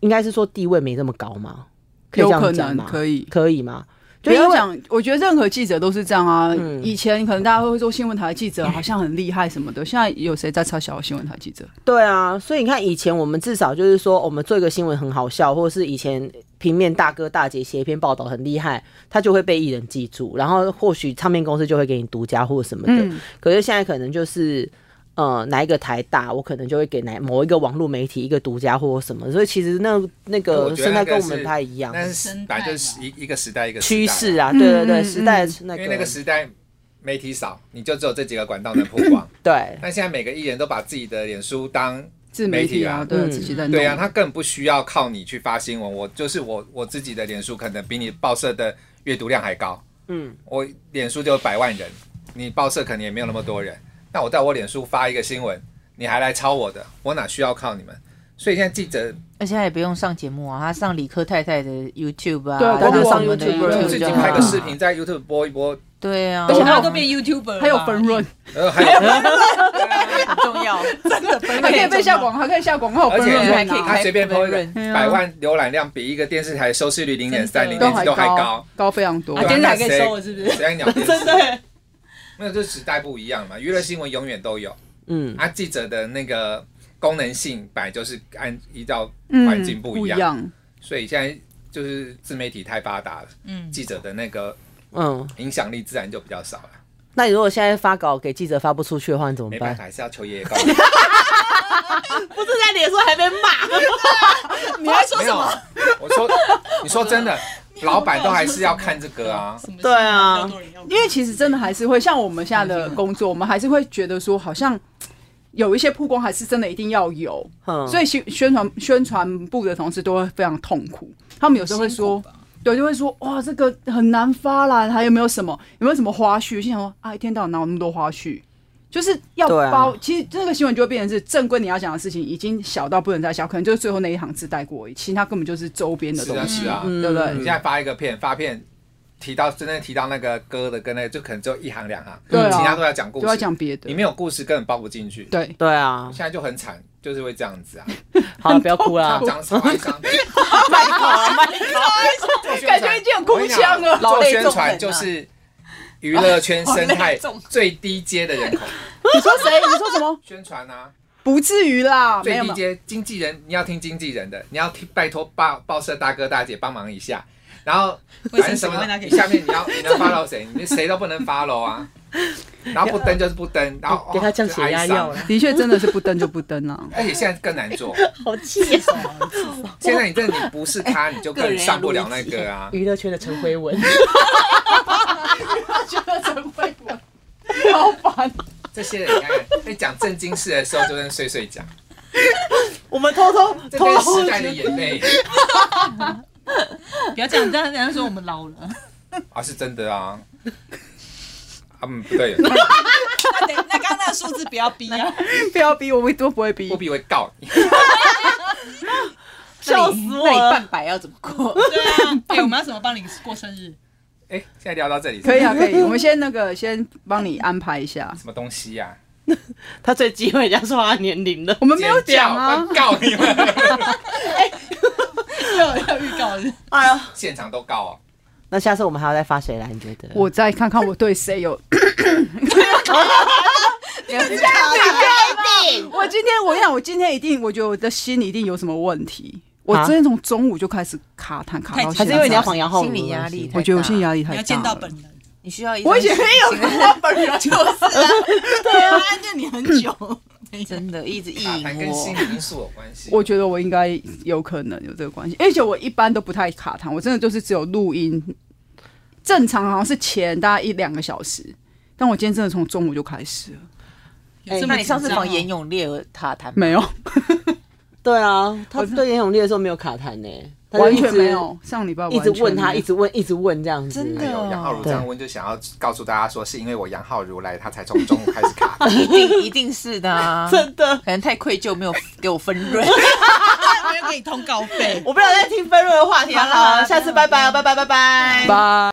[SPEAKER 3] 应该是说地位没这么高嘛，可以这
[SPEAKER 1] 有可
[SPEAKER 3] 样讲
[SPEAKER 1] 能
[SPEAKER 3] 吗？
[SPEAKER 1] 可以。
[SPEAKER 3] 可以吗？
[SPEAKER 1] 就
[SPEAKER 3] 就因
[SPEAKER 1] 要
[SPEAKER 3] 为
[SPEAKER 1] 讲，我觉得任何记者都是这样啊。
[SPEAKER 3] 嗯
[SPEAKER 1] 以前可能大家会说新闻台的记者好像很厉害什么的，现在有谁在抄小新闻台记者？
[SPEAKER 3] 对啊，所以你看，以前我们至少就是说，我们做一个新闻很好笑，或者是以前平面大哥大姐写一篇报道很厉害，他就会被艺人记住，然后或许唱片公司就会给你独家或什么的。
[SPEAKER 1] 嗯
[SPEAKER 3] 可是现在可能就是，呃，哪一个台大，我可能就会给哪某一个网络媒体一个独家或什么，所以其实那那
[SPEAKER 5] 我
[SPEAKER 3] 个
[SPEAKER 5] 觉得
[SPEAKER 3] 生
[SPEAKER 5] 那
[SPEAKER 3] 态
[SPEAKER 5] 个
[SPEAKER 3] 跟我们
[SPEAKER 5] 是
[SPEAKER 3] 不 太一样，
[SPEAKER 5] 但是本来就是一一个时代一个
[SPEAKER 3] 趋势啊，
[SPEAKER 1] 嗯
[SPEAKER 3] 对对对，
[SPEAKER 1] 嗯
[SPEAKER 3] 时代
[SPEAKER 1] 嗯
[SPEAKER 3] 那
[SPEAKER 5] 时代啊，
[SPEAKER 3] 个
[SPEAKER 5] 因为那个时代媒体少，你就只有这几个管道能曝 光。
[SPEAKER 3] 对，
[SPEAKER 5] 但现在每个艺人都把自己的脸书当
[SPEAKER 1] 自媒体
[SPEAKER 5] 媒
[SPEAKER 1] 啊，
[SPEAKER 5] 体
[SPEAKER 1] 对
[SPEAKER 5] 啊
[SPEAKER 1] 啊，
[SPEAKER 3] 嗯
[SPEAKER 1] 自己在弄。
[SPEAKER 5] 对啊，他更不需要靠你去发新闻。我就是我我自己的脸书可能比你报社的阅读量还高。
[SPEAKER 3] 嗯，
[SPEAKER 5] 我脸书就有百万人，你报社可能也没有那么多人。那我在我脸书发一个新闻，你还来抄我的，我哪需要靠你们？所以现在记者
[SPEAKER 2] 而且他也不用上节目啊，他上理科太太的 YouTube 啊，
[SPEAKER 1] 对啊他
[SPEAKER 2] 然后
[SPEAKER 1] 就上
[SPEAKER 2] 我们的
[SPEAKER 3] YouTube 了
[SPEAKER 5] 就
[SPEAKER 3] 对
[SPEAKER 5] 自
[SPEAKER 3] 啊
[SPEAKER 5] 己
[SPEAKER 2] 就
[SPEAKER 5] 拍个
[SPEAKER 2] 好
[SPEAKER 5] 视频在 YouTube 播一播，
[SPEAKER 2] 对啊，
[SPEAKER 1] 而且
[SPEAKER 4] 他
[SPEAKER 1] 他
[SPEAKER 4] 都变 YouTuber，
[SPEAKER 1] 还有分 润，
[SPEAKER 5] 呃，还有
[SPEAKER 2] 很重要，真的分
[SPEAKER 3] 啊
[SPEAKER 1] 他可以被下广告，他可以下广告
[SPEAKER 5] 而
[SPEAKER 1] 分
[SPEAKER 5] 且
[SPEAKER 1] 润
[SPEAKER 2] 还
[SPEAKER 1] 啊
[SPEAKER 2] 可以
[SPEAKER 5] 他
[SPEAKER 2] 开
[SPEAKER 5] 随便播一个
[SPEAKER 2] 分
[SPEAKER 1] 润
[SPEAKER 3] 啊
[SPEAKER 5] 百万浏览量，比一个电视台收视率零点三、零
[SPEAKER 1] 都
[SPEAKER 5] 点
[SPEAKER 1] 还
[SPEAKER 5] 几都还
[SPEAKER 1] 高
[SPEAKER 5] 高。，
[SPEAKER 1] 高非常多
[SPEAKER 5] 啊。
[SPEAKER 4] 啊，电视台可以收我是不是？
[SPEAKER 5] 谁在鸟电视？
[SPEAKER 4] 真的，
[SPEAKER 5] 没有，这时代不一样嘛，娱乐新闻永远都有。
[SPEAKER 3] 嗯，
[SPEAKER 5] 啊，记者的那个功能性本来就是按依照环境
[SPEAKER 1] 嗯，
[SPEAKER 5] 不
[SPEAKER 1] 不
[SPEAKER 5] 一样，
[SPEAKER 1] 样。
[SPEAKER 5] 所以现在就是自媒体太发达了，
[SPEAKER 4] 嗯，
[SPEAKER 5] 记者的那个
[SPEAKER 3] 嗯，
[SPEAKER 5] 影响力自然就比较少了。
[SPEAKER 3] 那你如果现在发稿给记者发不出去的话，你怎么
[SPEAKER 5] 没办
[SPEAKER 3] 办
[SPEAKER 5] 法，？还是要求爷爷高。
[SPEAKER 2] 不是在脸书还没骂，
[SPEAKER 4] 你还说
[SPEAKER 5] 没
[SPEAKER 4] 什
[SPEAKER 5] 有
[SPEAKER 4] 么？
[SPEAKER 5] 啊，我说，你说真的，老板都还是要看这个 啊。
[SPEAKER 4] 什么
[SPEAKER 3] 对啊
[SPEAKER 4] 比较多人要看
[SPEAKER 1] 因为其实真的还是会像我们现在的工作，我们还是会觉得说，好像有一些曝光还是真的一定要有，
[SPEAKER 3] 嗯，
[SPEAKER 1] 所以宣宣传宣传部的同事都会非常痛苦。他们有时候会说
[SPEAKER 4] 辛苦，吧
[SPEAKER 1] 对，就会说哇，这个很难发啦，还有没有什么有没有什么花絮？心想说啊，一天到晚哪有那么多花絮？就是要
[SPEAKER 3] 对啊
[SPEAKER 1] 包，其实这个新闻就会变成是正规你要讲的事情，已经小到不能再小，可能就是最后那一行字带过而已，其他根本就是周边的
[SPEAKER 5] 是
[SPEAKER 1] 东
[SPEAKER 5] 啊，
[SPEAKER 1] 西，
[SPEAKER 5] 是
[SPEAKER 3] 嗯
[SPEAKER 5] 啊。
[SPEAKER 1] 对不对？
[SPEAKER 5] 你现在发一个片，发片提到真正提到那个歌的跟那个，就可能只有一行两行，
[SPEAKER 1] 对啊
[SPEAKER 5] 其他都在讲故
[SPEAKER 1] 就要
[SPEAKER 5] 事，
[SPEAKER 1] 讲别
[SPEAKER 5] 你
[SPEAKER 1] 的，
[SPEAKER 5] 没有故事根本包不进去。
[SPEAKER 1] 对，
[SPEAKER 3] 对啊，
[SPEAKER 5] 现在就很惨，就是会这样 子啊。
[SPEAKER 3] 好了，不要哭啦
[SPEAKER 5] 像。张少一张，
[SPEAKER 3] 麦克啊，麦克
[SPEAKER 1] 感觉已经有哭腔
[SPEAKER 3] 啊
[SPEAKER 1] 了
[SPEAKER 5] 做宣传就是娱乐圈生态最低阶的人口
[SPEAKER 1] 你说谁？你说什么？
[SPEAKER 5] 宣传啊，
[SPEAKER 1] 不至于啦，啊没
[SPEAKER 5] 最
[SPEAKER 1] 有
[SPEAKER 5] 低
[SPEAKER 1] 嘛
[SPEAKER 5] 阶经纪人，你要听经纪人的，你要听拜托报报社大哥大姐帮忙一下。然后
[SPEAKER 4] 为
[SPEAKER 5] 反
[SPEAKER 4] 什
[SPEAKER 5] 正什
[SPEAKER 4] 么
[SPEAKER 5] 么
[SPEAKER 4] 会拿给你
[SPEAKER 5] 下面你要你能 follow 谁，你谁都不能 follow 啊。然后不登哦就是不登，然后
[SPEAKER 3] 给他降血压药
[SPEAKER 5] 了。。
[SPEAKER 3] 了，
[SPEAKER 1] 的确真的是不登就不登啊
[SPEAKER 5] 而且现在更难做，
[SPEAKER 3] 好气啊！
[SPEAKER 5] 现在你真的你不是他，你就
[SPEAKER 2] 个
[SPEAKER 5] 更
[SPEAKER 2] 人要
[SPEAKER 5] 上不
[SPEAKER 2] 录一
[SPEAKER 5] 了那个啊。
[SPEAKER 3] 娱乐圈的陈辉文，
[SPEAKER 1] 觉得陈慧文好烦，
[SPEAKER 5] 这些人你看在讲正经事的时候就跟碎碎讲，
[SPEAKER 3] 我们偷偷
[SPEAKER 5] 这
[SPEAKER 3] 偷
[SPEAKER 5] 跟
[SPEAKER 3] 偷
[SPEAKER 5] 时代的眼泪
[SPEAKER 4] 不要这样，这样这样说我们老了。
[SPEAKER 5] 啊，是真的啊。啊嗯，不对，
[SPEAKER 4] 那等那刚刚那个数字不要逼啊，
[SPEAKER 1] 不要逼我，我都不会逼
[SPEAKER 5] 波。比会告你。
[SPEAKER 3] 笑死我
[SPEAKER 2] 那你
[SPEAKER 3] 了。
[SPEAKER 2] 半百要怎么过？
[SPEAKER 4] 对啊。哎，我们要怎么帮你过生日？
[SPEAKER 5] 哎，现在聊到这 里，
[SPEAKER 1] 可以啊，可以。我们先那个，先帮你安排一下。
[SPEAKER 5] 什么东西呀？
[SPEAKER 3] 他最忌讳人家说他年龄的
[SPEAKER 1] 我，们没有
[SPEAKER 5] 剪掉
[SPEAKER 1] 讲啊，
[SPEAKER 5] 我告你们，
[SPEAKER 4] 要要预告的，
[SPEAKER 3] 哎呀，
[SPEAKER 5] 现场都告哦。
[SPEAKER 3] 那下次我们还要再发谁来？你觉得？
[SPEAKER 1] 我再看看我对谁 有。 我今天，我跟你讲，我今天一定，我觉得我的心里一定有什么问题。我
[SPEAKER 3] 啊
[SPEAKER 1] 今天从中午就开始卡痰，卡到现
[SPEAKER 3] 还
[SPEAKER 4] 太
[SPEAKER 1] 在。
[SPEAKER 3] 是因为你要仿杨浩
[SPEAKER 2] 心理压力太大
[SPEAKER 1] 我觉得我现在压力太大
[SPEAKER 4] 你
[SPEAKER 1] 了。
[SPEAKER 4] 要见到本人。
[SPEAKER 2] 你需要一张
[SPEAKER 1] 我以前没有看 到本人，
[SPEAKER 4] 就是啊，对啊，暗恋你很久，
[SPEAKER 2] 真的一直意
[SPEAKER 5] 打牌
[SPEAKER 2] 淫
[SPEAKER 5] 跟心
[SPEAKER 2] 我，
[SPEAKER 5] 理因素有关系。
[SPEAKER 1] 我觉得我应该有可能有这个关系，而且我一般都不太卡痰，我真的就是只有录音，正常好像是前大概一两个小时，但我今天真的从中午就开始了，
[SPEAKER 4] 有这么紧张
[SPEAKER 2] 那你上
[SPEAKER 4] 哦
[SPEAKER 2] 次访严永烈而卡痰吗，
[SPEAKER 1] 没有，
[SPEAKER 3] 对啊，他
[SPEAKER 1] 我知道
[SPEAKER 3] 对严永烈的时候没有卡痰呢、他就
[SPEAKER 1] 完
[SPEAKER 3] 一直
[SPEAKER 1] 全没，有。上礼拜
[SPEAKER 3] 一直
[SPEAKER 1] 完全
[SPEAKER 3] 问他，
[SPEAKER 1] 没有
[SPEAKER 3] 一直问，一直问这样子。
[SPEAKER 2] 真的
[SPEAKER 5] 还有杨浩如这样
[SPEAKER 3] 对
[SPEAKER 5] 问，就想要告诉大家说，是因为我杨浩如来，他才从中午开始卡。
[SPEAKER 2] 一定一定是的、啊，
[SPEAKER 3] 真的，
[SPEAKER 2] 可能太愧疚没有给我分润。
[SPEAKER 4] 没有给你通告费。
[SPEAKER 2] 我不想再听分润的话题了，
[SPEAKER 3] 好
[SPEAKER 2] 哦
[SPEAKER 3] 啦
[SPEAKER 2] 好，下次拜拜啊，拜拜拜拜。
[SPEAKER 1] 拜。